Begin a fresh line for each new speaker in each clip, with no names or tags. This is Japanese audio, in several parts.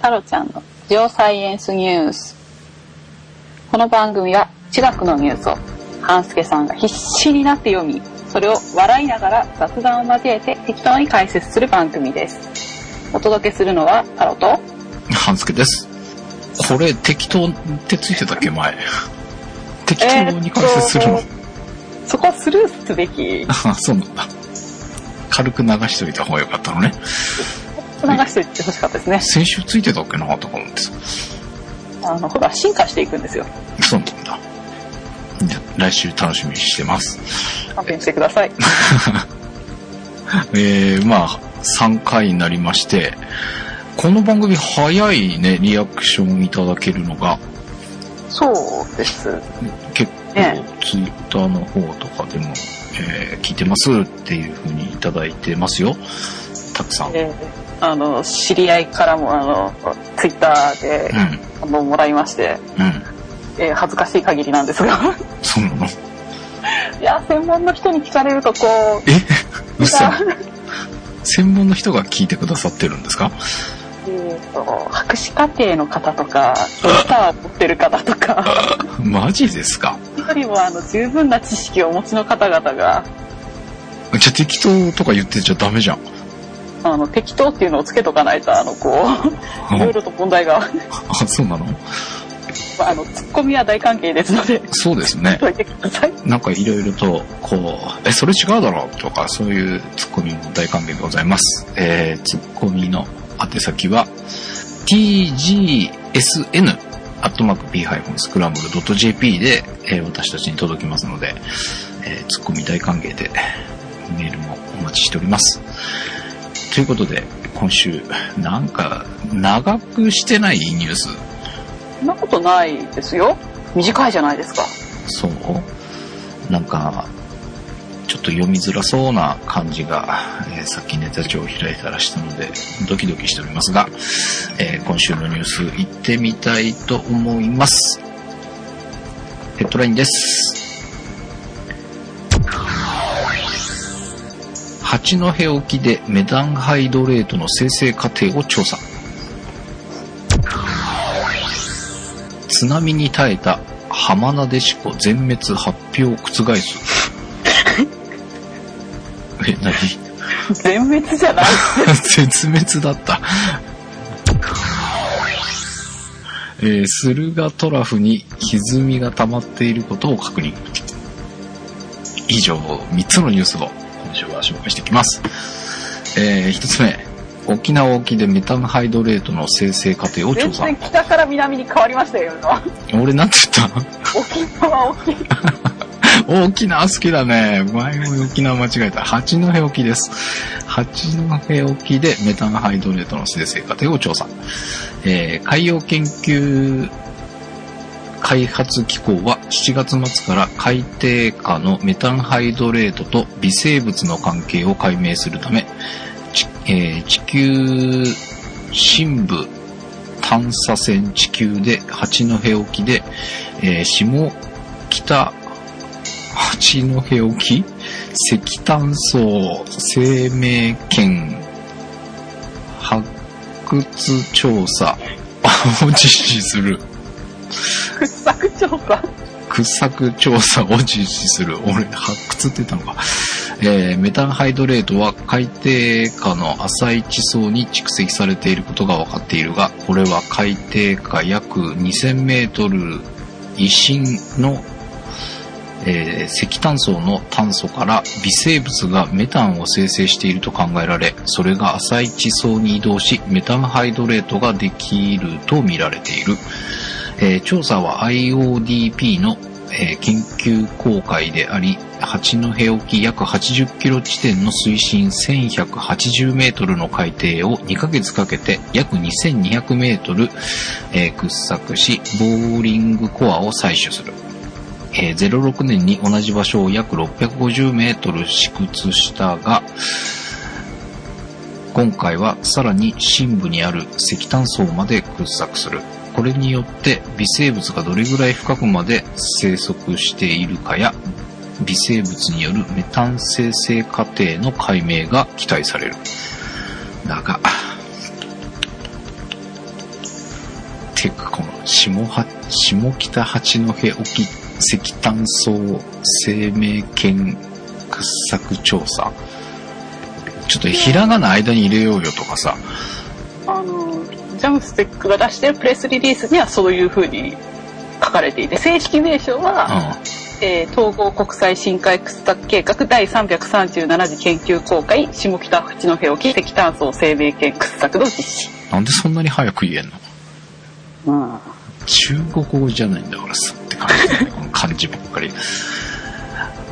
タロちゃんのジオサイエンスニュース。この番組は地学のニュースを半助さんが必死になって読み、それを笑いながら雑談を交えて適当に解説する番組です。お届けするのはタロと、
半助です。これ、適当ってついてたっけ、前。適当に解説するの
えーっ。とそこスルーすべき。
あ、そうなんだ。軽く流しといた方がよかったのね。
流しておいてほしかったですね。
先週ついてたっけな、とか思って
あの、ほら、進化していくんですよ。
た。そうなんだ。じゃあ来週楽しみにしてます。
勘弁してください。
えー、まあ、3回になりまして、この番組早いね、リアクションいただけるのが、
そうです。
結
え
構ツイッターの方とかでも、えー聞いてますっていう風にいただいてますよ。たくさん。うん。
えーあの、知り合いからも、あの、ツイッターで
う
反応もらいまして、
ん。
えー恥ずかしい限りなんですが。
そうな の
いや、専門の人に聞かれると、こう、
え嘘
が、
専門の人が聞いてくださってるんですか
えっと、博士課程の方とか、ドクター持ってる方と か、
マジですか
一人もあの、十分な知識をお持ちの方々が、
じゃあ適当とか言ってちゃダメじゃん。
あの、適当っていうのをつけとかないと、あの、こう、いろいろと問題が、
あ、そうなの
まあ、あの、ツッコミは大関係ですので、
そうですね。
解いてください。
なんかいろいろと、こう、え、それ違うだろうとか、そういうツッコミも大歓迎でございます。えー、ツッコミの宛先は、tgsn、アットマーク p-scramble.jp で、えー私たちに届きますので、えー、ツッコミ大歓迎で、メールもお待ちしております。ということで、今週、なんか、長くしてないニュース、
そんなことないですよ。短いじゃないですか。
そうなんか、ちょっと読みづらそうな感じが、えーさっきネタ帳を開いたらしたので、ドキドキしておりますが、えー今週のニュース行ってみたいと思います。ヘッドラインです。八戸沖でメタンハイドレートの生成過程を調査。津波に耐えた浜名でしこ全滅発表を覆す。 え、なに
全滅じゃない。
絶滅だった。 えー、駿河トラフに歪みが溜まっていることを確認。以上、3つのニュースを今週は紹介していきます。えー、1つ目。沖縄沖でメタンハイドレートの生成過程を
全
調査
然。北から南に変わりましたよ、今。
俺なんて言った
沖縄、沖縄。
沖縄好きだね。前も沖縄間違えた。八戸沖です。八戸沖でメタンハイドレートの生成過程を調査。えー海洋研究開発機構は7月末から海底下のメタンハイドレートと微生物の関係を解明するため、ちえー地球深部探査船地球で八戸沖で、えー下北八戸沖石炭層生命圏発掘調査 を実施する。
掘削調査。
掘削調査を実施する。俺、発掘って言ったのか。えーメタンハイドレートは海底下の浅い地層に蓄積されていることが分かっているが、これは海底下約2000メートル維新の、えー石炭層の炭素から微生物がメタンを生成していると考えられ、それが浅い地層に移動し、メタンハイドレートができると見られている。えー調査は IODP の、えー研究公開であり、八戸沖約80キロ地点の水深1180メートルの海底を2ヶ月かけて約2200メートル、えー掘削し、ボーリングコアを採取する。えー06年に同じ場所を約650メートル試掘したが、今回はさらに深部にある石炭層まで掘削する。これによって微生物がどれぐらい深くまで生息しているかや、微生物によるメタン生成過程の解明が期待される。だが、チェックこの下は下北八戸沖石炭層生命圏掘削調査ちょっとひらがな間に入れようよとかさ
あのジャムステックが出してるプレスリリースにはそういう風に書かれていて正式名称は、
う
えー統合国際深海掘削計画第337次研究公開下北八戸沖石炭層生命圏掘削の実施
んなんでそんなに早く言えんの
まあ
中国語じゃないんだからさって感じだねこの漢字ばっかり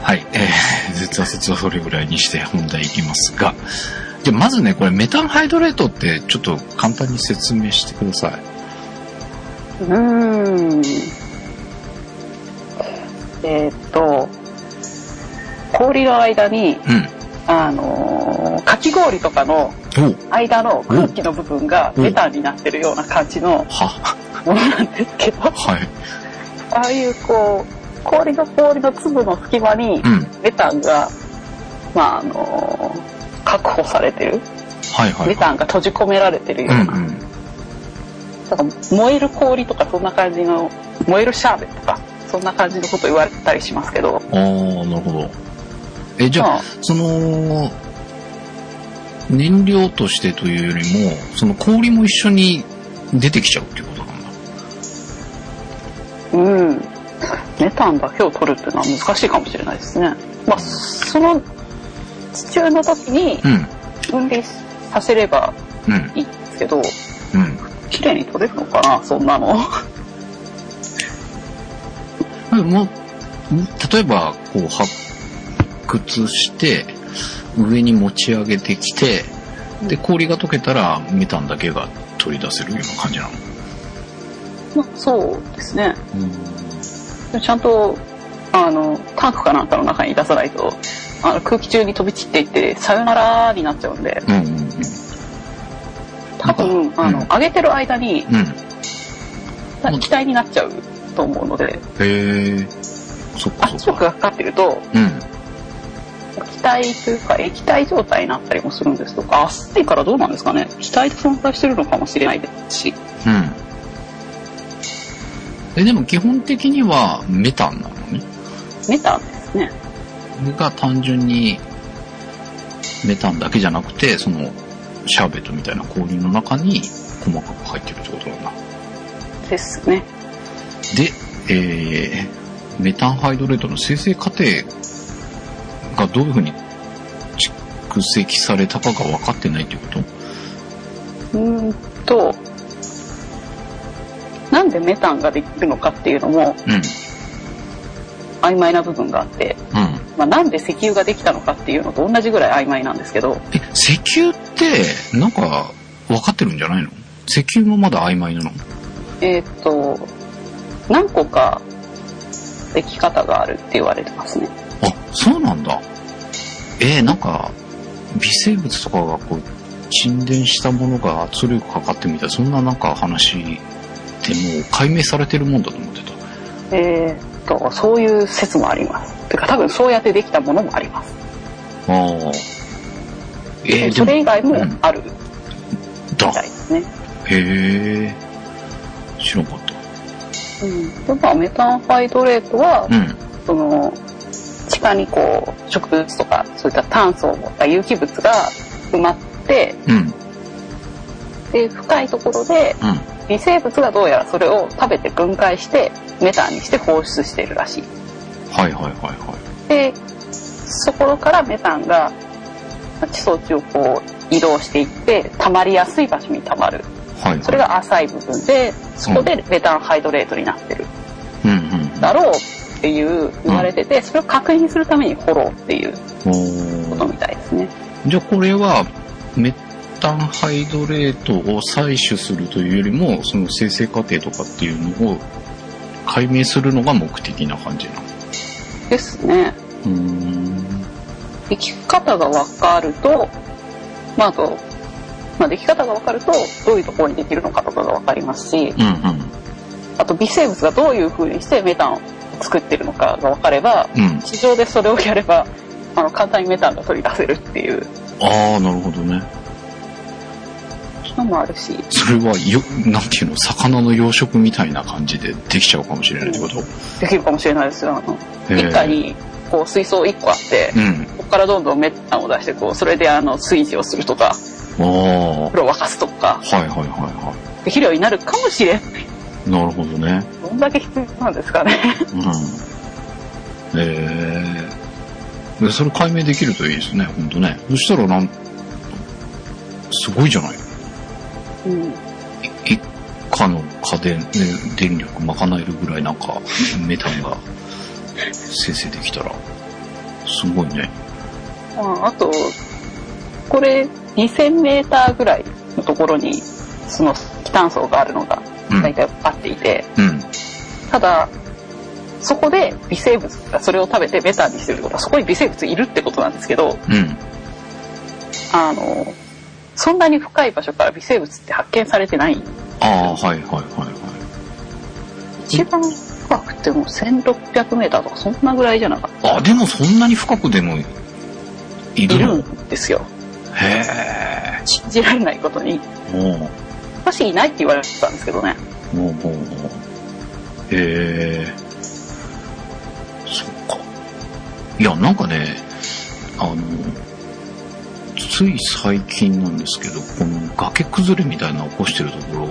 はいえー、実は実はそれぐらいにして本題いきますがじゃあまずねこれメタンハイドレートってちょっと簡単に説明してくださいう
ーんえーっと氷の間に
う
あのーかき氷とかの
んおう
間の空気の部分がメタンになってるような感じの
は
ものなんですけどあ
はい
あいうこう氷の氷の粒の隙間に
うん
メタンが、まああのー確保されてる
はいはい
メタンが閉じ込められてるよう
うん
な,、
うん
なんか燃える氷とかそんな感じの燃えるシャーベットとかそんな感じのこと言われたりしますけど
ああなるほどえじゃあ、
うん
その燃料としてというよりもその氷も一緒に出てきちゃうっていうことなん
う
だ
ん、メタンだけを取るっていうのは難しいかもしれないですね。まあ、その地中の時に
う
分離させれば
んうん
いいんですけど、
うん
綺麗に取れるのかな、そんなの。
でも例えばこう発掘して上に持ち上げてきてで氷が溶けたらメタンだけが取り出せるような感じなの、
まあ、そうですね。ちゃんと、あの、タンクかなんかの中に出さないと、あの空気中に飛び散っていって、さよならになっちゃうんで、
うんうんうん
多分、あの、
うん
上げてる間に
うんうん
液体になっちゃうと思うので、
へえそっか
圧
そっ
力
か
がかかってると、
うん
気体というか液体状態になったりもするんですとか熱いからどうなんですかね気体で存在してるのかもしれないですし
うん。え、でも基本的にはメタンなのね。
メタンですね
が単純にメタンだけじゃなくて、そのシャーベットみたいな氷の中に細かく入ってるってことなんだ。
ですね
で、えー、メタンハイドレートの生成過程がどういうふうに蓄積されたかが分かってないってこと
うーんとなんでメタンができるのかっていうのも
うん。
曖昧な部分があって、
うん。
まあ、なんで石油ができたのかっていうのと同じぐらい曖昧なんですけど
え、石油って、なんか分かってるんじゃないの石油もまだ曖昧なの
えーっと何個かでき方があるって言われてますね
あ、そうなんだ。えー、なんか、微生物とかがこう、沈殿したものが圧力かかってみたいな、そんななんか話でもう解明されてるもんだと思ってた。
えーっとそういう説もありますてか多分そうやってできたものもあります
ああ。えー、で
それ
も、
以外もあるみた
だ。
いですね。
へえ。知らんかった。
うん、でまあメタンハイドレートは、
うん。
その地下にこう植物とかそういった炭素を持った有機物が埋まって
うん。
で深いところで
うん。
微生物がどうやらそれを食べて分解してメタンにして放出しているらしい。
はいはいはいはい。
でそこからメタンがまあ地層地をこう移動していって溜まりやすい場所に溜まる
はい、はい。
それが浅い部分でそこでメタンハイドレートになってる
うんうん。
だろうっていう言われてて、それを確認するために掘ろうっていうこ
お
と
ー
みたいですね。
じゃあこれはメタンハイドレートを採取するというよりもその生成過程とかっていうのを解明するのが目的な感じなの
ですね。
うーん
生き方が分かると、まあ、あと、まあ、出来方が分かるとどういうところにできるのかとかが分かりますし
うん
あと微生物がどういうふうにしてメタンを作ってるのかが分かれば
うんうん
地上でそれをやればあの簡単にメタンが取り出せるっていう
ああなるほどね
のもあるし、
それはよ、なんていうの、魚の養殖みたいな感じでできちゃうかもしれないってこと
できるかもしれないですよ。あの、
へー
一家に、こう、水槽1個あって
う、ん。
ここからどんどんメタンを出して、こう、それで、あの、炊事をするとか、
ああ。
風呂沸かすとか、
はいはいはいは
できるようになるかもしれん。
い。なるほどね。
どんだけ必要なんですかね。
うん。ええそれ解明できるといいですね、ほんとね。そしたらなん、すごいじゃない。
うん。
一家の家電、ね、電力賄えるぐらいなん か、メタンが生成できたら、すごいね。
まあ、あと、これ、2000メーターぐらいのところに、その、気炭素があるのが、
うん
大体あっていて、
うん。
ただ、そこで微生物がそれを食べてメタンにしてるってことは、そこに微生物いるってことなんですけど、
うん。
あの、そんなに深い場所から微生物って発見されてない。
ああ、はいはいはいはい。
一番深くても1600メーターとかそんなぐらいじゃなかっ
あ、でもそんなに深くでもい
た。い
る
る
の
んですよ。
へえ。
信じられないことに。
おう
昔いないって言われてたんですけどね。
おうおうおうへえ。そっか。いや、なんかね、あの、つい最近なんですけど、この崖崩れみたいなの起こしてるところ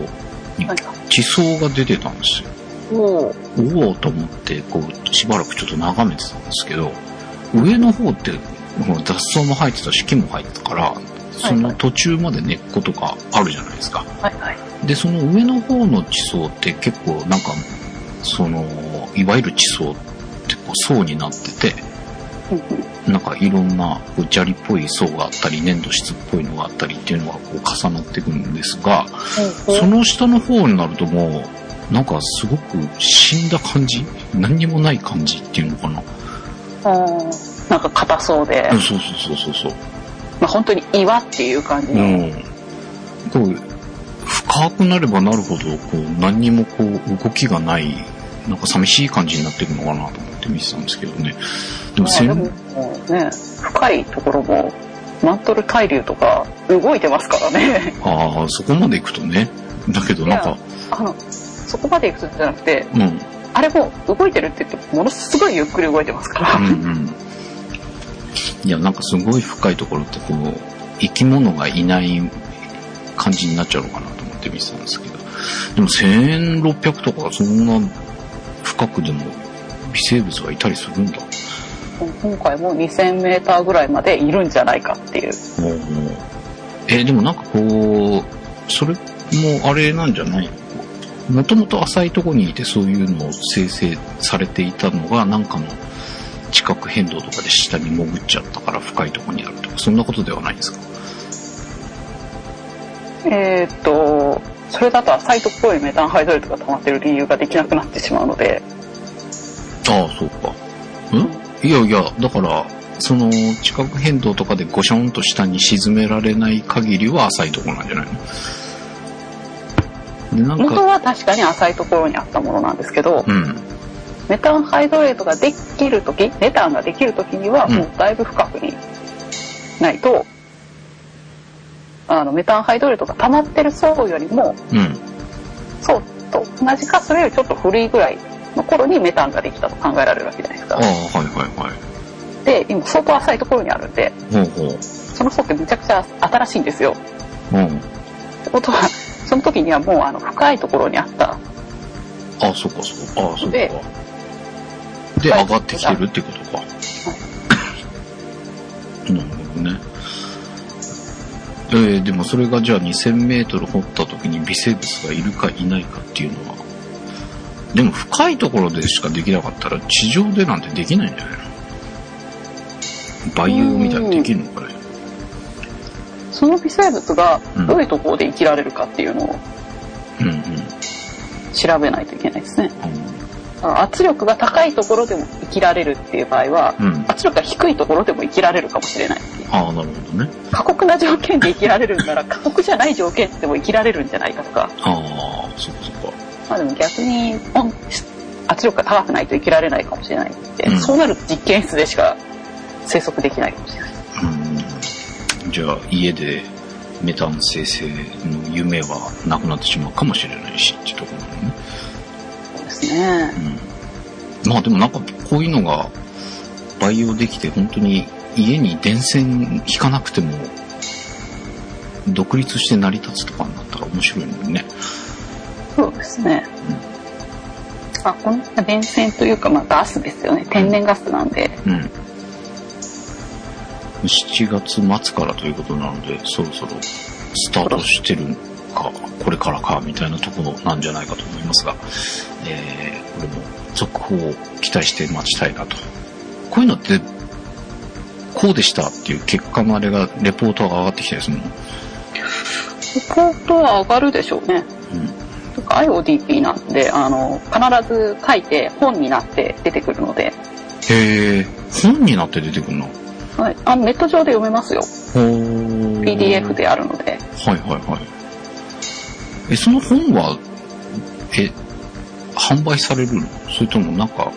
に
はい
地層が出てたんですよ。
おお。
おおと思って、こう、しばらくちょっと眺めてたんですけど、上の方って、もう雑草も入ってたし、木も入ってたから、その途中まで根っことかあるじゃないですか。
はいはい。
で、その上の方の地層って結構なんか、その、いわゆる地層ってこう層になってて、
うんうん
なんかいろんなこう砂利っぽい層があったり、粘土質っぽいのがあったりっていうのがこう重なっていくんですが、その下の方になるともう、なんかすごく死んだ感じ何にもない感じっていうのかな
あーなんか硬そうで、
うんそうそうそうそうそう。
まあ本当に岩っていう感じ
う
の。
ん。こう、深くなればなるほど、こう、何にもこう、動きがない、なんか寂しい感じになっていくのかなと思って見てたんですけどね。で
ま
も、
あ
せん
でももうね、深いところも、マントル海流とか動いてますからね。
ああ、そこまで行くとね。だけど、なんか、
あの、そこまで行くとじゃなくて、
うん、
あれも動いてるって言ってものすごいゆっくり動いてますから。
うんうん。いや、なんかすごい深いところって、こう、生き物がいない感じになっちゃうのかなと思って見てたんですけど。でも、1600とか、そんな深くでも、微生物がいたりするんだ。
今回も2000メーターぐらいまでいるんじゃないかっていう。
おうおうえーでもなんかこう、それもあれなんじゃないもともと浅いとこにいてそういうのを生成されていたのが、なんかの地殻変動とかで下に潜っちゃったから深いとこにあるとか、そんなことではないんですか
えーっと、それだと浅いところにメタンハイドレートが溜まってる理由ができなくなってしまうので、
ああ、そうか。んいやいや、だから、その地殻変動とかでゴションと下に沈められない限りは浅いとこなんじゃないので、なん
元
か、
は確かに浅いところにあったものなんですけど、
うん。
メタンハイドレートができるとき、メタンができるときには
うん
もうだいぶ深くにないと、あの、メタンハイドレートが溜まってる層よりも
うん。
そうと同じかそれよりちょっと古いぐらいの頃にメタンができたと考えられるわけじゃないです
ああ、
か。
はいはいはい。
で今相当浅いところにあるんで
ほうほう。
その層ってめちゃくちゃ新しいんですよ。
うん。
ってことはその時にはもうあの深いところにあった
あ、そっかそっか。あ、そっか。で
で、
上がってきてるってことか。 なるほどね。えー、でもそれがじゃあ2000メートル掘った時に微生物がいるかいないかっていうのは、でも深いところでしかできなかったら地上でなんてできないんじゃないの培養みたいなのできるのかね
その微生物が
うん
どういうところで生きられるかっていうのを
うんうん。
調べないといけないですね。
あ
あ圧力が高いところでも生きられるっていう場合は、
うん
圧力が低いところでも生きられるかもしれないっていう
あー、なるほどね。
過酷な条件で生きられるんなら 過酷じゃない条件でも生きられるんじゃないかとか
ああ、そっかそっか。
まあでも逆に温圧力が高くないと生きられないかもしれないって、
うん
そうなると実験室でしか生息できないかもしれない。
うんじゃあ家でメタン生成の夢はなくなってしまうかもしれないしっていうところだよね。
そうですね。
うんまあでもなんかこういうのが培養できて本当に家に電線引かなくても独立して成り立つとかになったら面白いのにね。
そうですね。あ、この電線というか、まあ、ガスですよね。天然ガスなんで。
うん。7月末からということなので、そろそろスタートしてるか、これからか、みたいなところなんじゃないかと思いますが、えー、これも続報を期待して待ちたいなと。こういうのって、こうでしたっていう結果のあれが、レポートが上がってきたりするの。
こことは上がるでしょうね。とか IODP なんで、あの、必ず書いて本になって出てくるので、
へえ、本になって出てくるの
はい、あのネット上で読めますよ。
ほー
PDF であるので。
はいはいはい。え、その本は、え、販売されるのそれともなんか、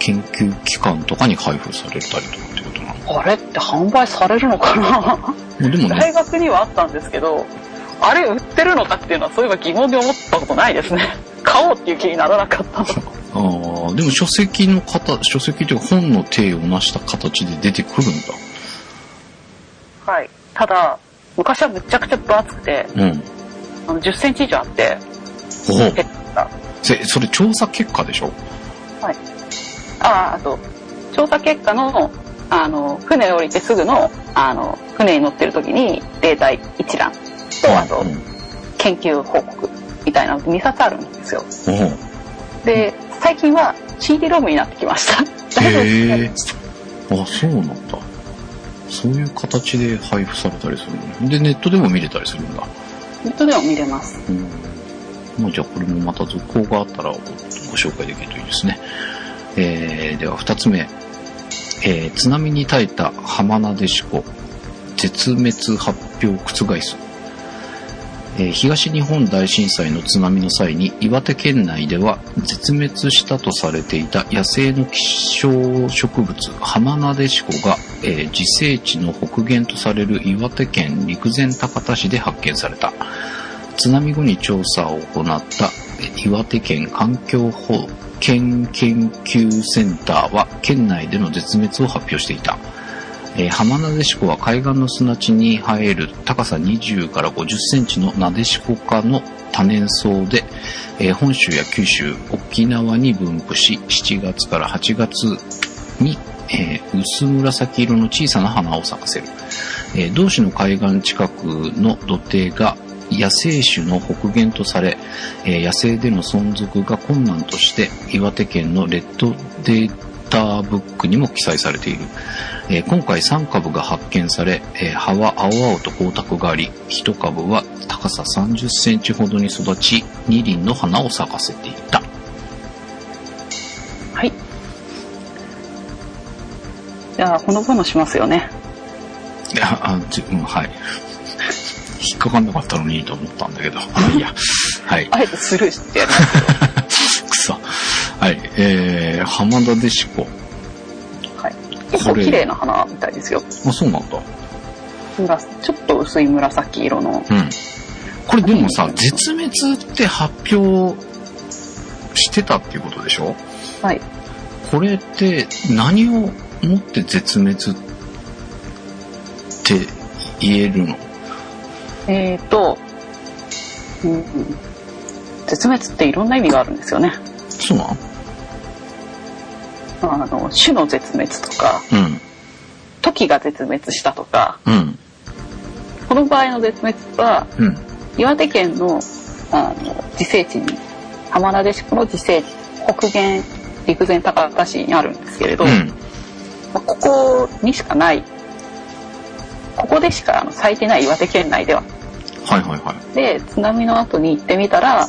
研究機関とかに配布されたりとかってことなの
あれって販売されるのかな
まあでもね、
大学にはあったんですけど、あれ売ってるのかっていうのはそういえば疑問で思ったことないですね。 買おうっていう気にならなかったの。
ああ、でも書籍の方、書籍というか本の体をなした形で出てくるんだ。
はい。ただ、昔はむちゃくちゃ分厚くて、
うん。
あの10センチ以上あって、
ほう
ペッタ。
せ、それ調査結果でしょ
ああと調査結果のあの船を降りてすぐのあの船に乗ってる時にデータ一覧とあと
うん。
研究報告みたいなの2冊あるんですよ
ほう
で最近は CD ロムになってきました
へえ。あ、そうなんだ。そういう形で配布されたりするのね。で、ネットでも見れたりするんだ。
ネットでも見れます
うん。まあ、じゃあこれもまた続報があったらごご紹介できるといいですね。えー、では二つ目。えー、津波に耐えた浜名でしこ。絶滅発表覆す。えー東日本大震災の津波の際に岩手県内では絶滅したとされていた野生の希少植物ハマナデシコが、えー自生地の北限とされる岩手県陸前高田市で発見された津波後に調査を行ったえー岩手県環境保健研究センターは県内での絶滅を発表していたえー、浜名でしこは海岸の砂地に生える高さ20から50センチのなでしこ科の多年草で、えー本州や九州、沖縄に分布し、7月から8月に、えー薄紫色の小さな花を咲かせる。えー同市の海岸近くの土手が野生種の北限とされ、えー野生での存続が困難として岩手県のレッドデータブックにも記載されている。えー今回3株が発見され、えー葉は青々と光沢があり、1株は高さ30センチほどに育ち、二輪の花を咲かせていた。
はいじゃあこの分のしますよね
いや、あ、じうん、はい。引っかかんなかったのにいいと思ったんだけど。 いや、はい。
あえてスルーしてや る
くそ。はい。えー、浜田でしこ。
はい結構綺麗な花みたいですよ
あ、そうなんだ。
むらちょっと薄い紫色の
うん。これでもさ、絶滅って発表してたっていうことでしょ
はい
これって何をもって絶滅って言えるの
えー、と、うんうん、絶滅っていろんな意味があるんですよね。
そうなん
あの種の絶滅とか時が絶滅したとか
うん。うん。
この場合の絶滅は
うん。
岩手県のあの自生地に浜名でしこの自生地北限陸前高田市にあるんですけれど、
うん。
まあここにしかないここでしかあの咲いてない岩手県内では
はいはいはい。
で津波の後に行ってみたら、
う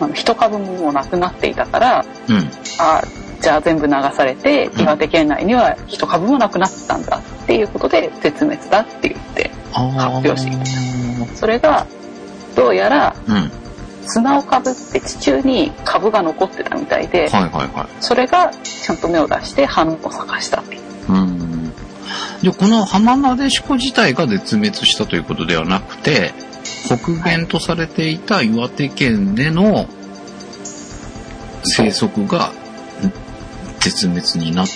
あの一株ももうなくなっていたから
ん。うん。
あじゃあ全部流されて
ん
岩手県内には一株もなくなったんだっていうことで絶滅だって言って
あー
発表してきまそれがどうやら
うん。はい
砂をかぶって地中に株が残ってたみたいで
はいはい。
それがちゃんと芽を出して花を咲かしたっていう
うん。で、この浜名でしこ自体が絶滅したということではなくて、北限とされていた岩手県での生息が絶滅になっ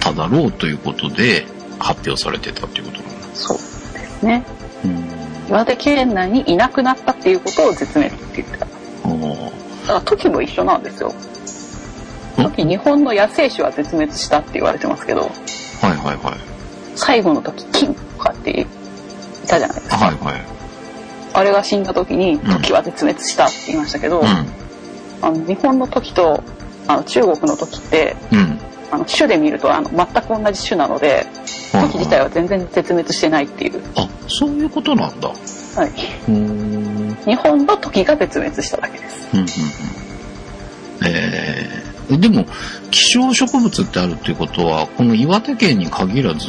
ただろうということで発表されてたということなんだ。
そうですね。
うん
岩手県内にいなくなったっていうことを絶滅って言ってた。だ
あー
からトキも一緒なんですよ。
ん
トキ日本の野生種は絶滅したって言われてますけど、
はいはいはい。
最後の時金とかっていたじゃないですか。
はいはい。
あれが死んだ時に
ん
トキは絶滅したって言いましたけど、
う
あの日本の時とあの中国の時って
ん。うん。
あの種で見るとあの全く同じ種なので
はい
時自体は全然絶滅してないっていう、
あ、そういうことなんだ。
はい、
うーん。
日本の時が絶滅しただけです
うんうんうんえーでも、希少植物ってあるっていうことは、この岩手県に限らず、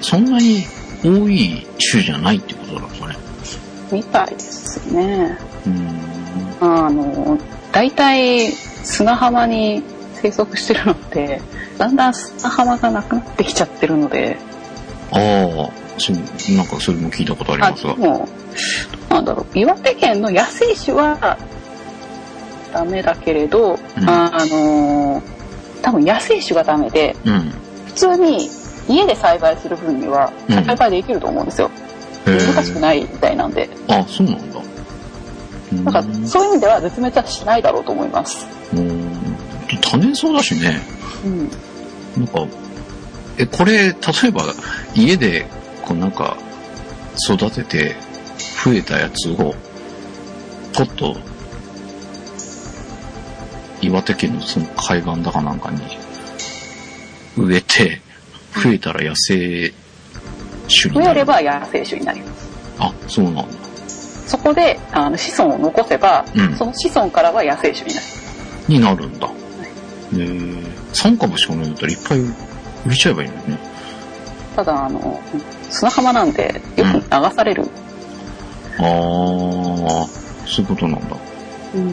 そんなに多い種じゃないってことなんですかね。
みたいですね
うーん。
あの大体砂浜に生息してるのってだんだん砂浜がなくなってきちゃってるので
ああ、そう、なんかそれも聞いたことあり
あ
ます
で
が。
もどうなんだろう岩手県の野生種はダメだけれど、
ん
あの多分野生種がダメで
うん。
普通に家で栽培する分には
うん
栽培できると思うんですよ、
え
難しくないみたいなんで
あ、そうなんだ。うん
だからそういう意味では絶滅はしないだろうと思います、
うーん。多年草だしね。
うん、
なんか、え、これ、例えば、家で、こうなんか、育てて、増えたやつを、ちょっと、岩手県のその海岸だかなんかに、植えて、増えたら野生種に
増
な
え
る
れ。ば野生種になります
あ、そうなんだ。
そこであの子孫を残せば、
うん
その子孫からは野生種になる
になるんだ。えー、3株しかないんだったらいっぱい植えちゃえばいいのにね。
ただあの砂浜なんでよく流される、
あー、そういうことなんだ。
うん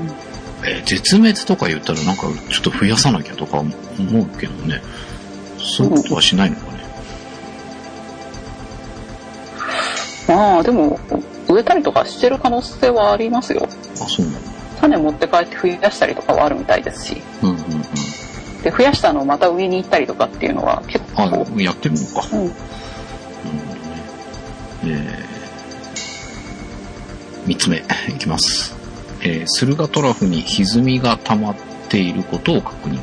えー絶滅とか言ったらなんかちょっと増やさなきゃとか思うけどね。そういうことはしないのかね。
まあでも植えたりとかしてる可能性はありますよ
あ、そうなんだ。
種持って帰って増やしたりとかはあるみたいですし
うんうんうん。
で増やしたのをまた上に行ったりとかっていうのは結
あ、
構、
やってるのか。
うん、
えー、3つ目いきます。えー駿河トラフに歪みが溜まっていることを確認。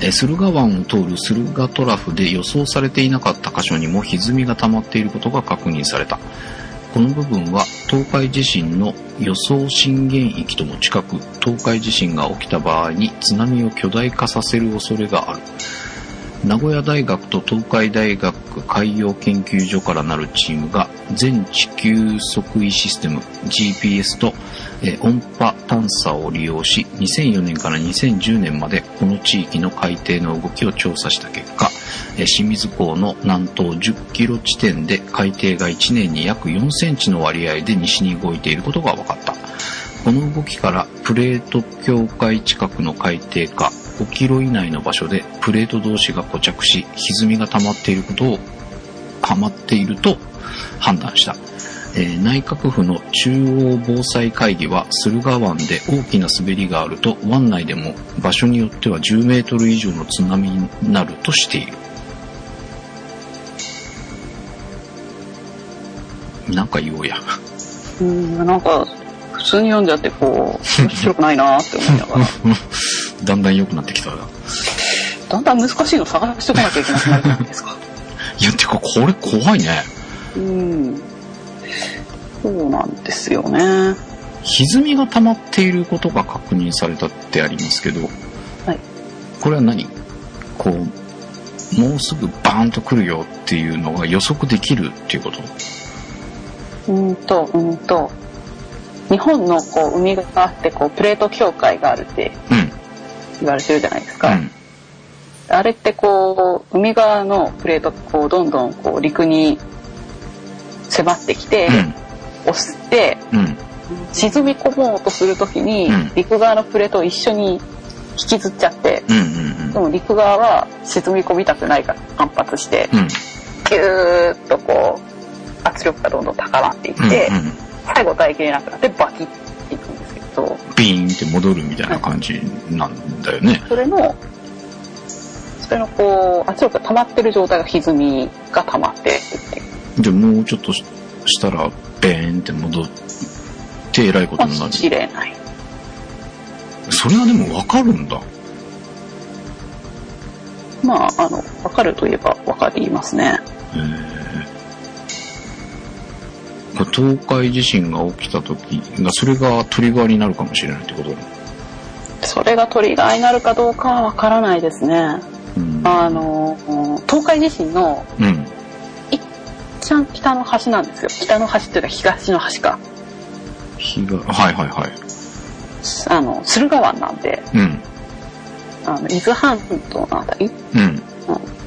えー駿河湾を通る駿河トラフで予想されていなかった箇所にも歪みが溜まっていることが確認された。この部分は東海地震の予想震源域とも近く、東海地震が起きた場合に津波を巨大化させる恐れがある。名古屋大学と東海大学海洋研究所からなるチームが全地球測位システム GPS とえー音波探査を利用し2004年から2010年までこの地域の海底の動きを調査した結果えー清水港の南東10キロ地点で海底が1年に約4センチの割合で西に動いていることが分かったこの動きからプレート境界近くの海底下5キロ以内の場所でプレート同士が固着し歪みが溜まっていることを溜まっていると判断した、えー内閣府の中央防災会議は駿河湾で大きな滑りがあると湾内でも場所によっては10メートル以上の津波になるとしているなんか言おうや
うんなんか普通に読んじゃってこ う面白くないなって思いながら
だんだん良くなってきたな
だんだん難しいの探してこなきゃいけなくなるじゃないですか
いや、てか、これ怖いね。
うんそうなんですよね
歪みが溜まっていることが確認されたってありますけど、
はい
これは何こう、もうすぐバーンと来るよっていうのが予測できるっていうこと
うんとうんと日本のこう海があってこうプレート境界があるって
うん。
言われてるじゃないですか、
うん。
あれってこう海側のプレートがこうどんどんこう陸に迫ってきて、押して
うん。うん。
沈み込もうとするときに、
うん
陸側のプレートを一緒に引きずっちゃって
うん。うん。
でも陸側は沈み込みたくないから反発して
うん。
ギューッとこう圧力がどんどん高まっていって、
うん。
最後耐えきれなくなってバキっていくんですけど
ビーンって戻るみたいな感じなんだよね。
それのそれのこう圧力が溜まってる状態が歪みが溜まっていって
で、もうちょっとしたら、ベーンって戻って、えらいことにな
落
る。
ちれない
それはでもわかるんだ。
まああの分かるといえば分かりますね
これ東海地震が起きた時が、それがトリガーになるかもしれないってこと
それがトリガーになるかどうかは分からないですね
うん。
あの東海地震の
うん。
一番北の端なんですよ北の端というか東の端か
日が、はいはいはい。
あの駿河湾なんで
うん。
あの伊豆半島のあたり
うん。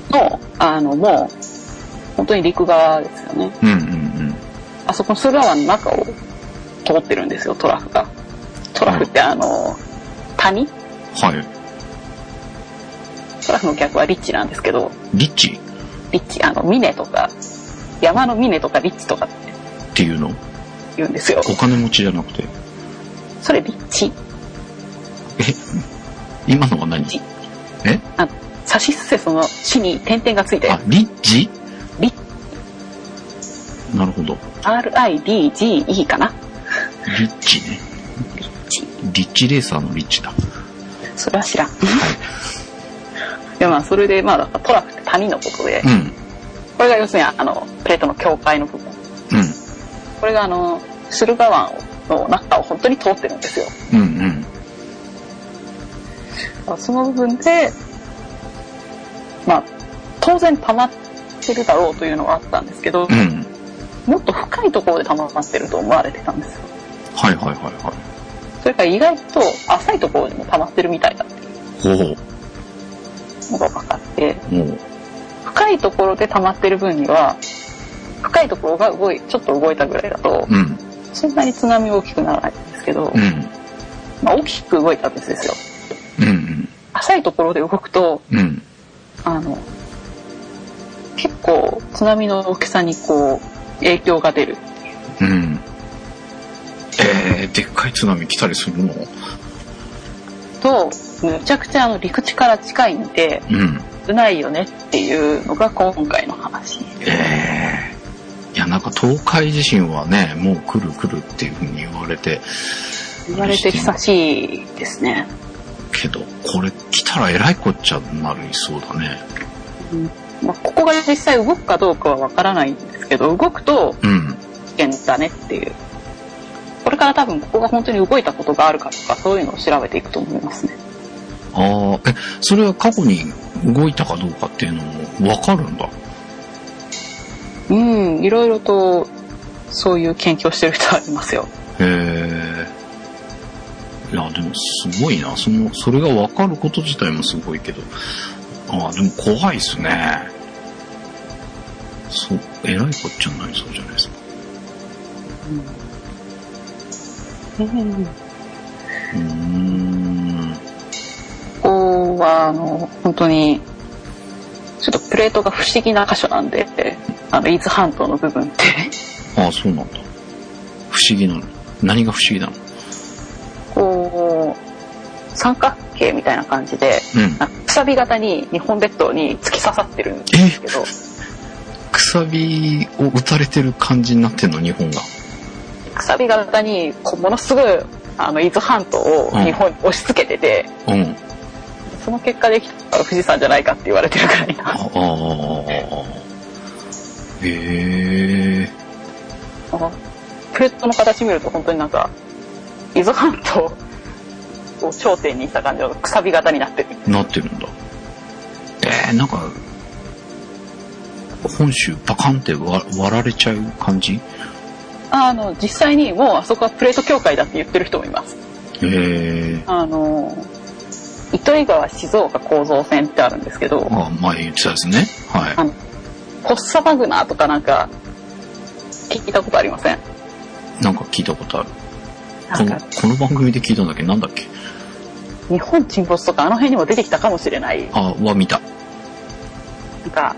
のあのもう本当に陸側ですよね
うんうん
あそこの駿河湾の中を通ってるんですよトラフがトラフってあの谷
うん。はい。
トラフの逆は立地なんですけど
リッチ
立地あの峰とか山の峰とか立地とかって
っていうの
言うんですよ
お金持ちじゃなくて。
それ立地
今のは何
リッチ
え
あの差しすせその地に点々がついて
あ、リッチ
リ
なるほど。
RIDGE かな
リッチね。
チ
リッチレーサーのリッチだ。
それは知らんいやまあそれでまあだからトラフって谷のことで
うん。
これが要するにあのプレートの境界の部分
う
これがあの駿河湾の中を本当に通ってるんですよ
ん。うんうん。
その部分でまあ当然溜まってるだろうというのはあったんですけど、
うん。
もっと深いところで溜まってると思われてたんですよ
はいはいはいはい。
それから意外と浅いところにも溜まってるみたいだってい
ほう
うのが分かって
ほう。もう。
深いところで溜まってる分には深いところが動いちょっと動いたぐらいだと
うん。
そんなに津波大きくならないんですけど
う、ん。
まあ、大きく動いたんですよ
うん
浅いところで動くと
うん。うん。
あの結構津波の大きさにこう影響が出る
うん。えー、でっかい津波来たりするの
とむちゃくちゃあの陸地から近いんで
うん。
危ないよねっていうのが今回の話
えー。いや、なんか東海地震はね、もう来る来るっていうふうに言われて
言われて久しいですね。
けど、これ来たらえらいこっちゃになりそうだね。
まあ、ここが実際動くかどうかはわからないんですけど動くと
うん。
危険だねっていうこれから多分ここが本当に動いたことがあるかとかそういうのを調べていくと思いますね
ああ、え、それは過去に動いたかどうかっていうのもわかるんだ。
うんいろいろとそういう研究をしてる人はいますよ
へえ。いや、でもすごいな。その、それが分かること自体もすごいけど。ああ、でも怖いっすね。そう、えらいこっちゃになりそうじゃないですか。うーん。
ここはあの本当にちょっとプレートが不思議な箇所なんであの伊豆半島の部分って
ああ、そうなんだ。不思議なの。何が不思議なの
こう三角形みたいな感じで
うん。
なんかくさび型に日本列島に突き刺さってるんで
え
すけど
くさびを打たれてる感じになってんの、日本が。
くさび型にこうものすごいあの伊豆半島を日本に押し付けてて、
うん。
その結果できたら富士山じゃないかって言われてるくらい
あ
な
あー。へえ。
プレートの形見ると本当になんか伊豆半島を頂点にした感じのくさび型になってる
なってるんだ。えー、なんか、本州パカンって割割られちゃう感じ
あの実際にもうあそこはプレート境界だって言ってる人もいます
えー、
あの糸魚川静岡構造線ってあるんですけど、
あ、前言ってたですね。はい。
あの、フォッサマグナーとかなんか、聞いたことありません
なんか聞いたことある。
な
こ
ん
の
か、
この番組で聞いたんだっけなんだっけ
日本沈没とかあの辺にも出てきたかもしれない、
あ、は見た。
なんか、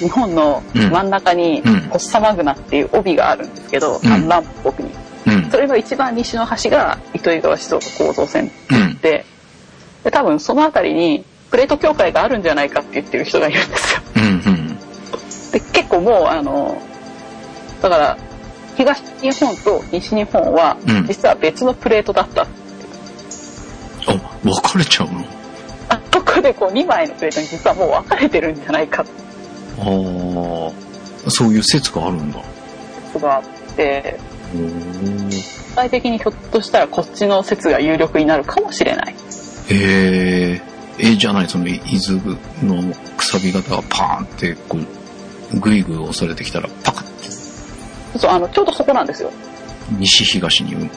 日本の真ん中に
うん
「ポッサマグナ」っていう帯があるんですけど、
うん
あの南北に
うん
そ。れの一番西の端が糸魚川静岡構造線
うん。
でで多分その辺りにプレート境界があるんじゃないかって言ってる人がいるんですよ
うん。うん。
で結構もうあのだから東日本と西日本は
うん
実は別のプレートだった、
あ、分かれちゃうの
あそこでこう2枚のプレートに実はもう分かれてるんじゃないかって
ああ、そういう説があるんだ。
ことがあって
おー
具体的にひょっとしたらこっちの説が有力になるかもしれない
へえ。え、じゃない、その、伊豆のくさび型がパーンって、こう、ぐいぐい押されてきたら、パカって、
そうあのちょうどそこなんですよ
西東に、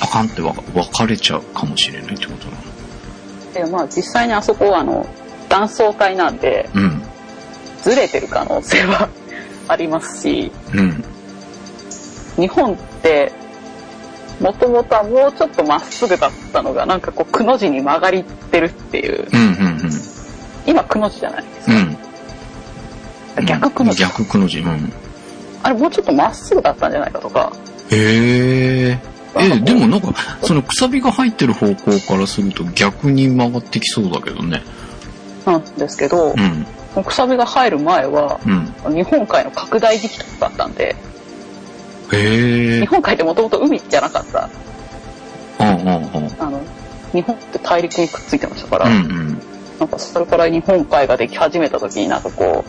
パカンってわか分かれちゃうかもしれないってことなの。
でまあ実際にあそこはあの断層帯なんで
うん。
ずれてる可能性はありますし
うん。
日本ってもともとはもうちょっとまっすぐだったのがなんかこうくの字に曲がりってるっていう
うん。うん。うん。
今くの字じゃないですか、
うん。
逆くの字
逆くの字。うん。
あれもうちょっとまっすぐだったんじゃないかとか
へえ。
なんか
え、
こう
でもなんか、そのくさびが入ってる方向からすると逆に曲がってきそうだけどね。
なんですけど、
うん。
くさびが入る前は
うん。
日本海の拡大時期とかだったんで
へ
日
え。
本海ってもともと海じゃなかった
うんうんうん。
あの日本って大陸にくっついてましたから、
うんうん。
なんかそれから日本海ができ始めた時になんかこ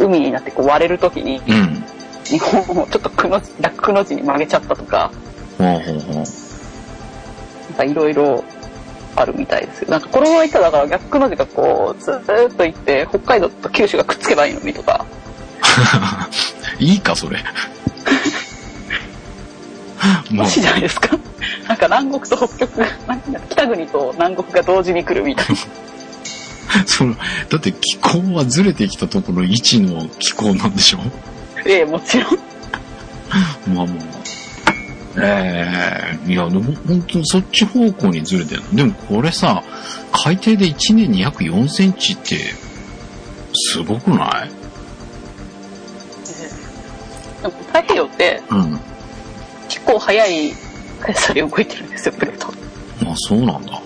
う海になってこう割れる時に
うん。
日本をちょっとくの字逆くの字に曲げちゃったとか
ほうほうほう。
なんかいろいろあるみたいですよなんかこのままいったらだから逆くの字がこうずーっといって北海道と九州がくっつけばいいのにとか
いいか、それ。 ま
マ
あ、
ジじゃないですか なんか南国と北極がなんか北国と南国が同時に来るみたいな
その、だって気候はずれてきたところ、位置の気候なんでしょ
ええもちろん
まあまあまあ。ええいや、でも本当にそっち方向にずれてるの。でもこれさ、海底で1年に約4センチって、すごくない
でも太平洋って
うん。
結構速い速さで動いてるんですよプレート
まあそうなんだ。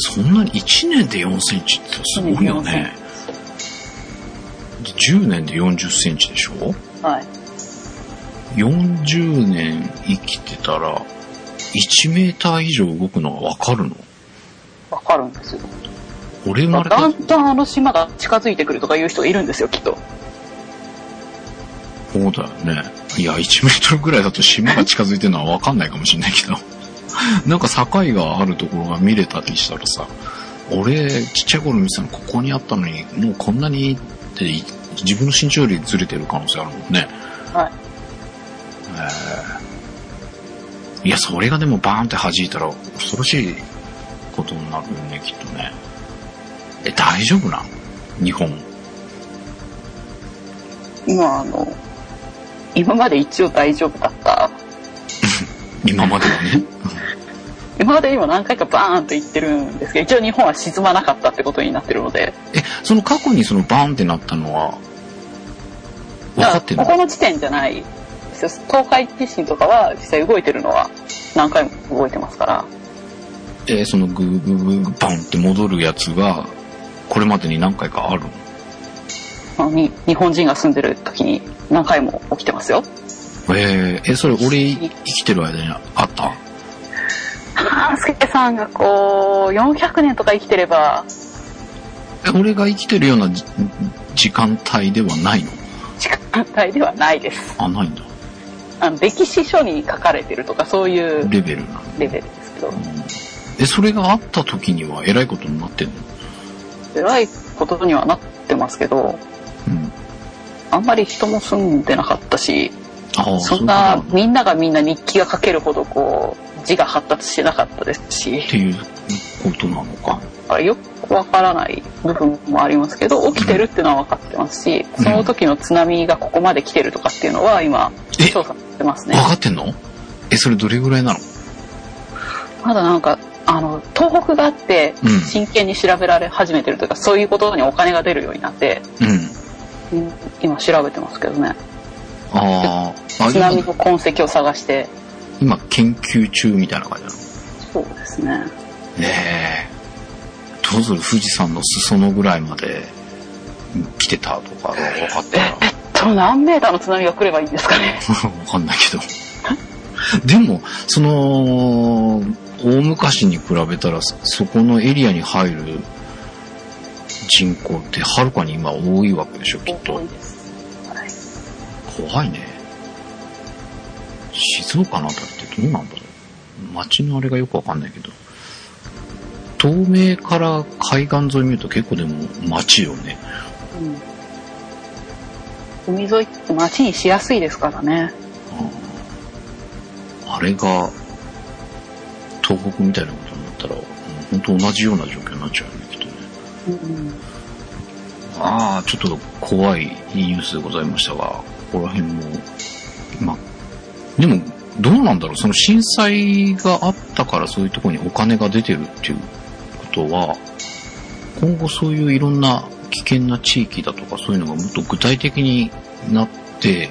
そんなに1年で4センチってすごいよね。で10年で40センチでしょ
はい
?40 年生きてたら、1メーター以上動くのがわかるの
わかるんですよ
俺生まれた
だんだんあの島が近づいてくるとかいう人がいるんですよきっと
そうだよね。いや、1メートルぐらいだと島が近づいてるのはわかんないかもしれないけど。 なんか境があるところが見れたりしたらさ、俺、ちっちゃい頃見てたのここにあったのに、もうこんなにって、い自分の身長よりずれてる可能性あるもんね。
はい
えーいや、それがでもバーンって弾いたら恐ろしいことになるよね、きっとね。え、大丈夫なの日本。
今あの今まで一応大丈夫だった
今まではね。
今までにも何回かバーンと言ってるんですけど一応日本は沈まなかったってことになってるので
え、その過去にそのバーンってなったのは、分
だ
か
か
ってん
ら
の
ここの地点じゃないですよ東海地震とかは実際動いてるのは何回も動いてますから
えーそのグーグーグーグーバンって戻るやつが、これまでに何回かあるの
あのに日本人が住んでる時に何回も起きてますよ
えーえ、それ俺生きてる間にあった
ああ助さんがこう400年とか生きてれば
え俺が生きてるようなじ時間帯ではないの
時間帯ではないです
あ、ないんだ。
あの歴史書に書かれてるとかそういう
レベルなの。
レベルですけど
え、それがあった時には偉いことになってんの
偉いことにはなってますけど
うん。
あんまり人も住んでなかったし
ああ、
そん
ういう
な
ことだ
みんながみんな日記が書けるほどこう字が発達してなかったですし
っていうことなのか。
あよくわからない部分もありますけど起きてるってのは分かってますし
うん
その時の津波がここまで来てるとかっていうのは今
え
調査してます
分
ね
かってんのえ、それどれぐらいなの
まだなんかあの東北があって
うん
真剣に調べられ始めてるというかそういうことにお金が出るようになって
うん。
うん今調べてますけどね
あーあ
津波
今
の痕跡を探して
今研究中みたいな感じなの
そうですね
ねえどうする富士山の裾野ぐらいまで来てたとか分かったら
えっと何メーターの津波が来ればいいんですかね
わかんないけど。でも、その、大昔に比べたら、そそこのエリアに入る人口ってはるかに今多いわけでしょ、きっと
多い。ですはい
怖いね。静岡のあたりってどうなんだろう。街のあれがよくわかんないけど。東名から海岸沿い見ると結構でも街よね。
うん、海沿いって街にしやすいですからね
あれが、東北みたいなことになったら、もう本当同じような状況になっちゃうよね、きっとね。
うん
ああ、ちょっと怖いニュースでございましたが、ここら辺も、まあ、でも、どうなんだろう、その震災があったからそういうところにお金が出てるっていうことは、今後そういういろんな危険な地域だとかそういうのがもっと具体的になって、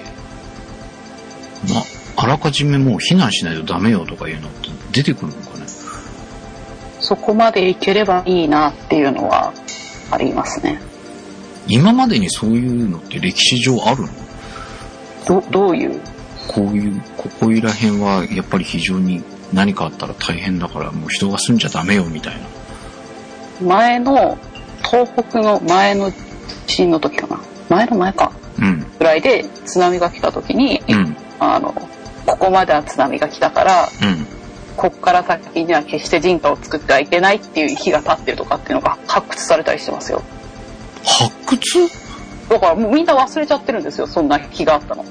まあ、あらかじめもう避難しないとダメよとかいうのって出てくるのかね。
そこまで行ければいいなっていうのはありますね
今までにそういうのって歴史上あるの
どどういう
こういう、ここいら辺はやっぱり非常に何かあったら大変だからもう人が住んじゃダメよみたいな。
前の東北の前の地震の時かな前の前か
うん。
ぐらいで津波が来た時に、
うん。
あのここまでは津波が来たから
うん。
ここから先には決して人家を作ってはいけないっていう日が立ってるとかっていうのが発掘されたりしてますよ
発掘
だからもうみんな忘れちゃってるんですよそんな日があったの。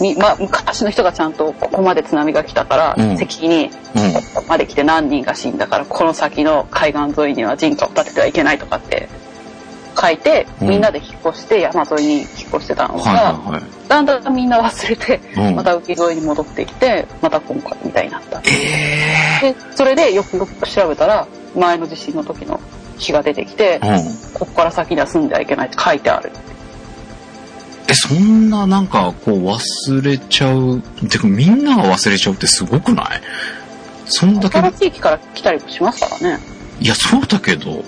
みまあ、昔の人がちゃんとここまで津波が来たから、
うん
責任
うん。
ここまで来て何人が死んだからこの先の海岸沿いには人家を建ててはいけないとかって書いて
うん
みんなで引っ越して山沿いに引っ越してたのが、
はいはいはい。
だんだんみんな忘れて
うん
また浮世絵に戻ってきてまた今回みたいになった。
え
でそれでよくよく調べたら前の地震の時の日が出てきて
えうん。
ここから先には住んではいけないって書いてある。
え、そんななんかこう忘れちゃう。てかみんなが忘れちゃうってすごくないそんだけ
他の地域から来たりもしますからね。
いや、そうだけど、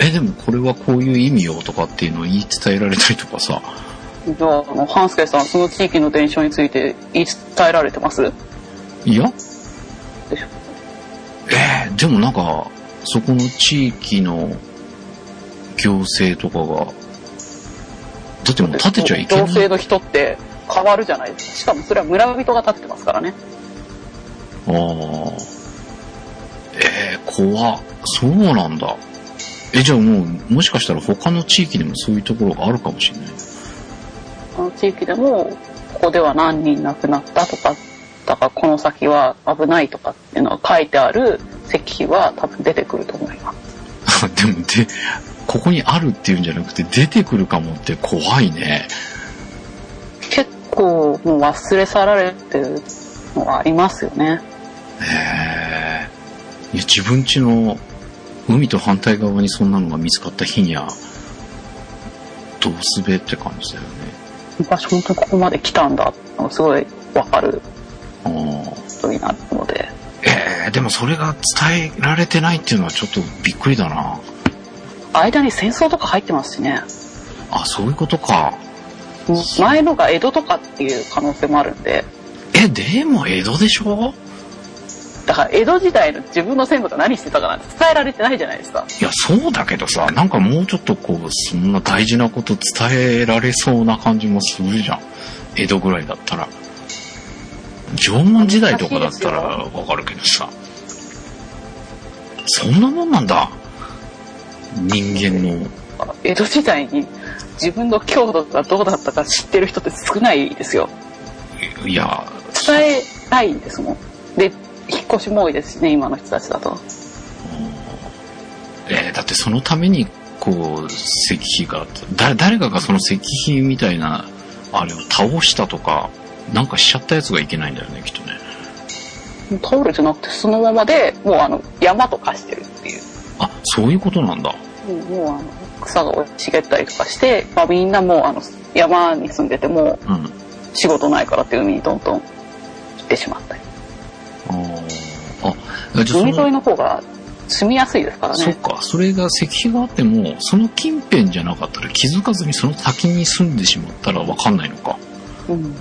え、でもこれはこういう意味よとかっていうのを言い伝えられたりとかさ、
じゃあ、あの、半助さん、その地域の伝承について言い伝えられてますで
い
し
や、
ょ
えーでもなんか、そこの地域の行政とかが、だってもう建てちゃいけ
行
ない。
政の人って変わるじゃないですか。しかもそれは村人が建ててますからね。
ああ。えー、怖っそうなんだ。え、じゃあもう、もしかしたら他の地域でもそういうところがあるかもしれない。
あの地域でも、ここでは何人亡くなったとか、だからこの先は危ないとかっていうのが書いてある石碑は多分出てくると思います。
でも、で、ここにあるっていうんじゃなくて、出てくるかもって怖いね。
結構もう忘れ去られてるのはありますよね。
へえ。いや、自分家の海と反対側にそんなのが見つかった日には、どうすべって感じだよね。
昔本当にここまで来たんだってのがすごいわかる
あー
ことになるので。
えー、でもそれが伝えられてないっていうのはちょっとびっくりだな。
間に戦争とか入ってますしね
あ、そういうことか。
前のが江戸とかっていう可能性もあるんで
え、でも江戸でしょ
だから江戸時代の自分の先祖が何してたかなんて伝えられてないじゃないですか
いや、そうだけどさ、なんかもうちょっとこう、そんな大事なこと伝えられそうな感じもするじゃん。江戸ぐらいだったら。縄文時代とかだったらわかるけどさ。そんなもんなんだ。人間の。
江戸時代に自分の郷土がどうだったか知ってる人って少ないですよ
いや、
伝えないんですもんで引っ越しも多いですしね今の人たちだと
えーだってそのために、こう、石碑が、だ誰かがその石碑みたいな、あれを倒したとか、なんかしちゃったやつがいけないんだよね、きっとね。
タオルじゃなくてそのままでもうあの山と化してるっていう
あ、そういうことなんだ。
もうもうあの草が生い茂ったりとかして、まあ、みんなもうあの山に住んでても
うん。あ
う仕事ないからって海にどんどん来てしまったり
ーあ、じゃあそ
海沿い
の、
の方が住みやすいですから
そっ
ね
か、それが石碑があっても、その近辺じゃなかったら気づかずにその先に住んでしまったらわかんないのか。
うん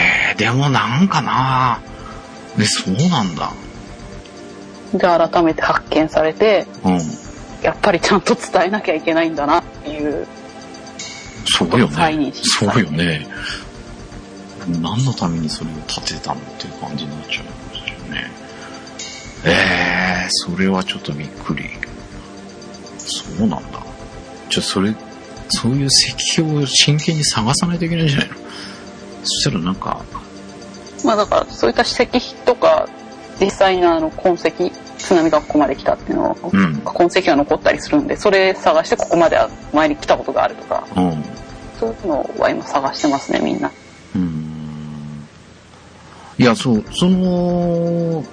えー、でもなんかなえ、そうなんだ。
で改めて発見されて
うん。
やっぱりちゃんと伝えなきゃいけないんだなっていう
そうよ
再
ね
認。識
そうよね。何のためにそれを立てたのっていう感じになっちゃいますよね。ええー、それはちょっとびっくり。そうなんだ。じゃあそれ、そういう石標を真剣に探さないといけないんじゃないのそしたらなんか、
まあだからそういった石碑とか実際のあの痕跡津波がここまで来たっていうのを、
うん、
痕跡が残ったりするんでそれ探してここまでは前に来たことがあるとか
うん、
そういうのは今探してますねみんな。
うーんいや、そう、その、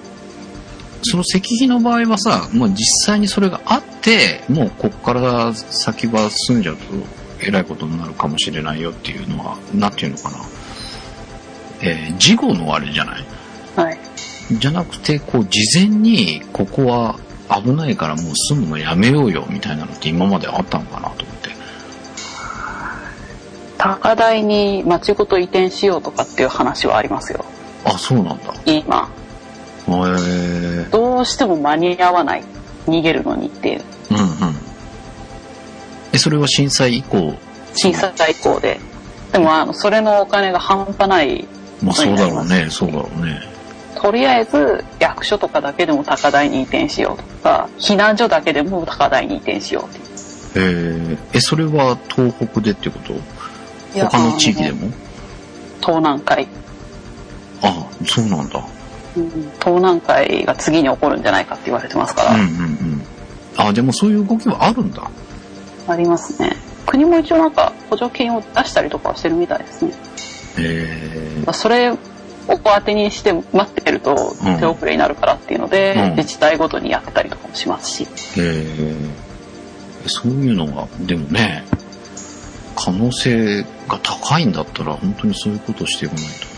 その石碑の場合はさ、まあ、実際にそれがあって、もうこっから先は住んじゃうと、えらいことになるかもしれないよっていうのは、なんていうのかな。えー事後のあれじゃない
はい、
じゃなくて、こう、事前に、ここは危ないからもう住むのやめようよ、みたいなのって今まであったのかなと思って。
高台に町ごと移転しようとかっていう話はありますよ
あ、そうなんだ。
今
へー
どうしても間に合わない逃げるのにっていう
うんうん。え、それは震災以降、
小さい以降ででもあのそれのお金が半端ない
まあ
そ
そうう
にな
だ
り
ろ
ま
う
す
ね、そうだろうね。
とりあえず役所とかだけでも高台に移転しようとか避難所だけでも高台に移転しようっていう
えーえ、それは東北でってこと
いや
他の地域でも
東南海、
あそうなんだ。
うん東南海が次に起こるんじゃないかって言われてますから、
うんうんうん。あ、でもそういう動きはあるんだ。
ありますね国も一応なんか補助金を出したりとかはしてるみたいですね
え
まあそれを当てにして待ってると
うん
手遅れになるからっていうので、
うん
自治体ごとにやってたりとかもしますし
ーえーそういうのが、でもね、可能性が高いんだったら本当にそういうことをしていかないと。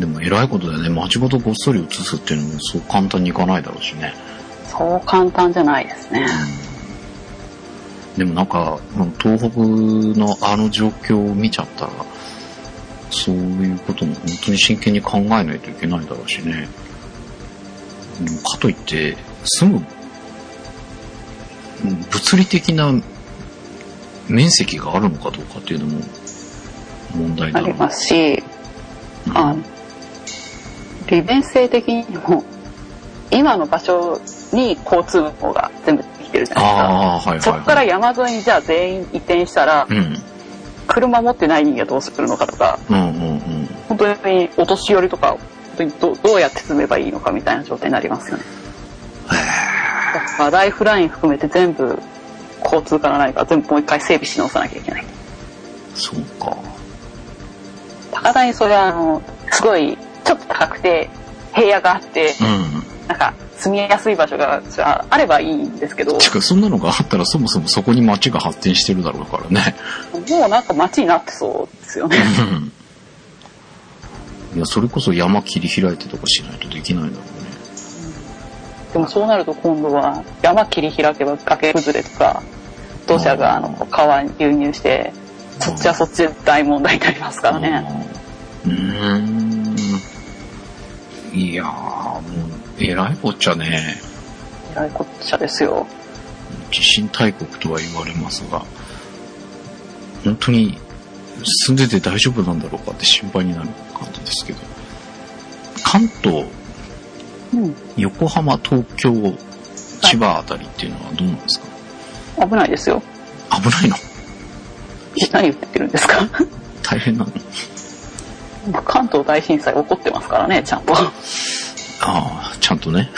でも偉いことだよね。町ごとごっそり移すっていうのもそう簡単にいかないだろうしね。
そう簡単じゃないですね
でもなんか、東北のあの状況を見ちゃったら、そういうことも本当に真剣に考えないといけないだろうしね。でもかといって、住む、うん物理的な面積があるのかどうかっていうのも問題
あ
だろう
りますし
うん
あの利便性的にも今の場所に交通網が全部できてるじゃない
ああ、は
で
いはい、はい。
すかそこから山沿いにじゃあ全員移転したら
うん。
車持ってない人間どうするのかとか
うんうんうん。
本当にお年寄りとか本当にどどうやって積めばいいのかみたいな状態になりますよねだからライフライン含めて全部交通からないから全部もう一回整備し直さなきゃいけない
そうか。
高台にそれはあのすごいちょっと高くて平野があって
うん。
なんか住みやすい場所がそれはあればいいんですけど
てか、そんなのがあったらそもそもそこに街が発展してるだろうからね。
もうなんか街になってそうです よね
いや、それこそ山切り開いてとかしないとできないだろうね。
でもそうなると今度は山切り開けば崖崩れとか土砂があの川に流入してそっちはそっちで大問題になりますからね
うーん。いやー、もう、えらいこっちゃね。
えらいこっちゃですよ
地震大国とは言われますが、本当に住んでて大丈夫なんだろうかって心配になる感じですけど。関東、
うん
横浜、東京、千葉あたりっていうのはどうなんですか
危ないですよ
危ないの
何言ってるんですか
大変なの
関東大震災起こってますからねちゃんと、
ああ、ちゃんとね。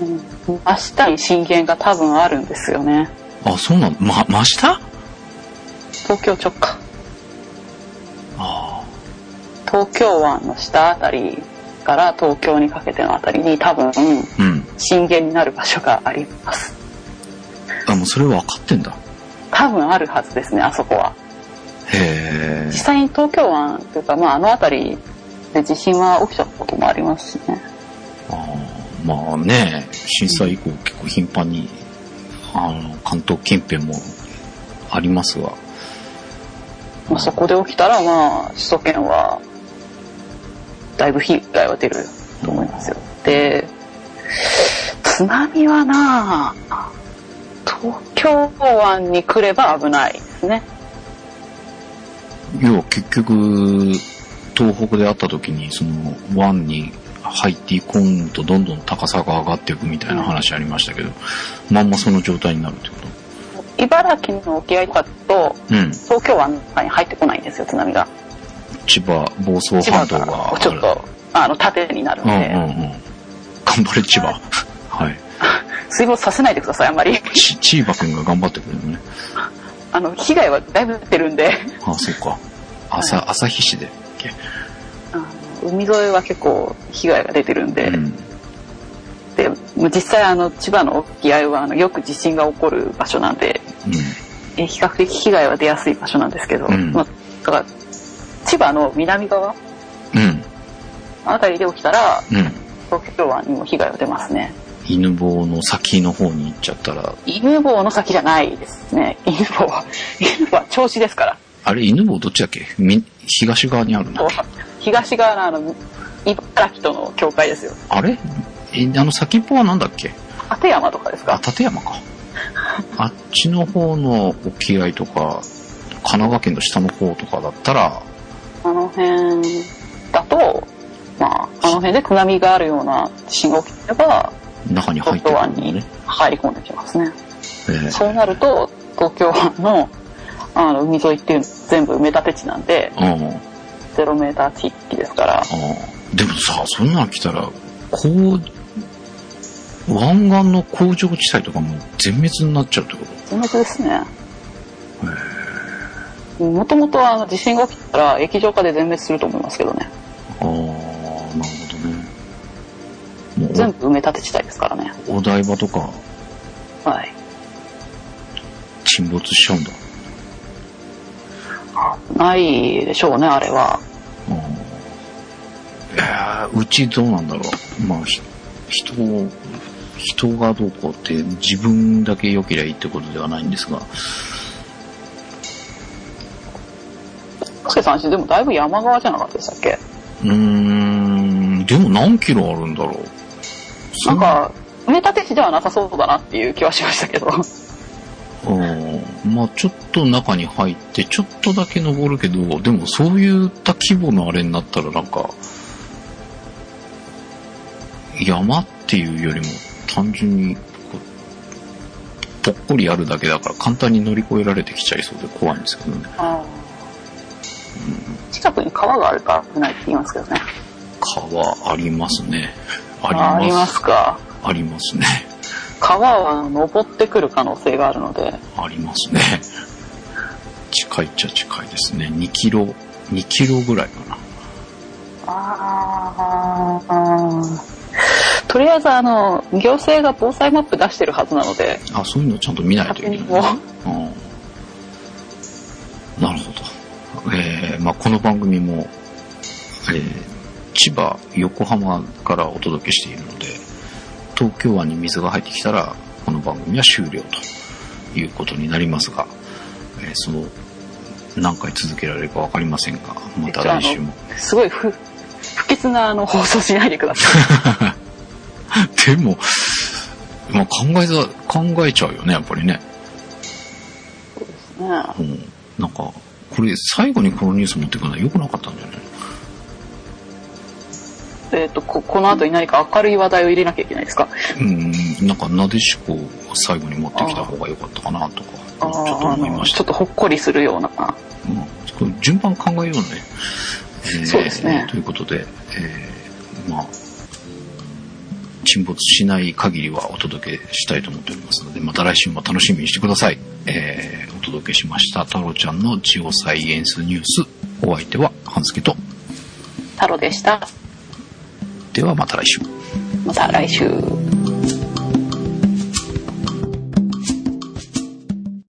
うん明日に震源が多分あるんですよね
あ、そうなのま、真下
東京直下
あ
東京湾の下あたりから東京にかけてのあたりに多分
あ。うん。
震源になる場所があります
あ、もうそれ分かってんだ。
多分あるはずですねあそこは
へ
実際に東京湾というか、まあ、あの辺りで地震は起きちゃったこともありますしね
ーあーまあね、震災以降結構頻繁に、あの、関東近辺もありますが。
まあ、そこで起きたら、まあ、首都圏は、だいぶ被害は出ると思いますよ。で、津波はなあ、東京湾に来れば危ないですね。
要は結局、東北であった時に、その、湾に入っていこうと、どんどん高さが上がっていくみたいな話ありましたけど、まんまその状態になるってこと
茨城の沖合とかだと、
うん。
東京湾の中に入ってこないんですよ、津波が。
千葉、房総
千
半
葉
島が
がちょっと、あの、縦になる
うん
の
うんう
で、
ん。頑張れ、千葉。 はい。
水没させないでください、あんまり。
ち、チーバくんが頑張ってくれるのね。
あの、被害はだいぶ出てるんで、
ああ、そうか。朝、朝日市で。
あの海沿いは結構被害が出てるんで、
うん。
でもう実際あの千葉の沖合はあのよく地震が起こる場所なんでえ比較的被害は出やすい場所なんですけど、
うん
まあ、だから千葉の南側
うん。うん。
あたりで起きたら
うん。
東京湾にも被害は出ますね
犬棒の先の方に行っちゃったら、
犬坊の先じゃないですね犬坊は 犬坊は銚子ですから
あれ、犬棒どっちだっけみ、東側にあるな。
東側のあの茨城との境界ですよ
あれえあの先っぽはなんだっけ
立山とかです
あ、
か
立山か。あっちの方の沖合とか、神奈川県の下の方とかだったら、
あの辺だとまああの辺で津波があるような地震が起きれば
中に入
東
って
京
くる
湾
んだ
に
ね。
入り込んできますね
ええ
そうなると東京湾のあの海沿いっていうの全部埋め立て地なんで
うん。あ
0メーター地域ですから
あでもさ、そんなの来たら、こう、湾岸の工場地帯とかも全滅になっちゃうってこと
全滅ですねもともとあの地震が起きたら液状化で全滅すると思いますけどね
ああ、なるほどね。もう
全部埋め立て地帯ですからね
お、お台場とか
はい
沈没しちゃうんだ。
ないでしょうねあれは
うんいやーうちどうなんだろう。まあ、ひ人を、人がどうこうって自分だけ良けりゃいいってことではないんですが、
すけさんちでもだいぶ山側じゃなかったでしたっけ
うーん、でも何キロあるんだろう。
なんか埋め立て地ではなさそうだなっていう気はしましたけど
うん、まあちょっと中に入って、ちょっとだけ登るけど、でもそういった規模のあれになったらなんか、山っていうよりも単純にこう、ぽっこりあるだけだから簡単に乗り越えられてきちゃいそうで怖いんですけどね。
あー近くに川があるから危ないって言いますけどね
川ありますね。
あ
あ
あ
り
り
ま。
ますすか
ありますね。
川は登ってくる可能性があるので
ありますね。近いっちゃ近いですね。2キロ、2キロぐらいかな。
ああとりあえずあの行政が防災マップ出してるはずなので
あ、そういうのちゃんと見ないといけない、
確認
うんなるほど。えーまあ、この番組も、えー千葉、横浜からお届けしているので、東京湾に水が入ってきたら、この番組は終了ということになりますが、えーその、何回続けられるかわかりませんが、また来週も。
すごい不不潔なあの放送しないでください
でも、まあ、考えざ、考えちゃうよね、やっぱりね。
ね
うんなんか、これ最後にこのニュース持ってくるのは良くなかったんじゃない
えっ、とここの後に何か明るい話題を入れなきゃいけないですか
うん、なんかなでしこを最後に持ってきた方が良かったかなとか、ちょっと思いまし
ちょ
た
っ。とほっこりするような
うんこれ順番考えようね。えー
そうですね
ということで、えーまあ、沈没しない限りはお届けしたいと思っておりますので、また来週も楽しみにしてください。えーお届けしました、太郎ちゃんのジオサイエンスニュース。お相手は、半助と。
太郎でした
ではまた来週。
また来週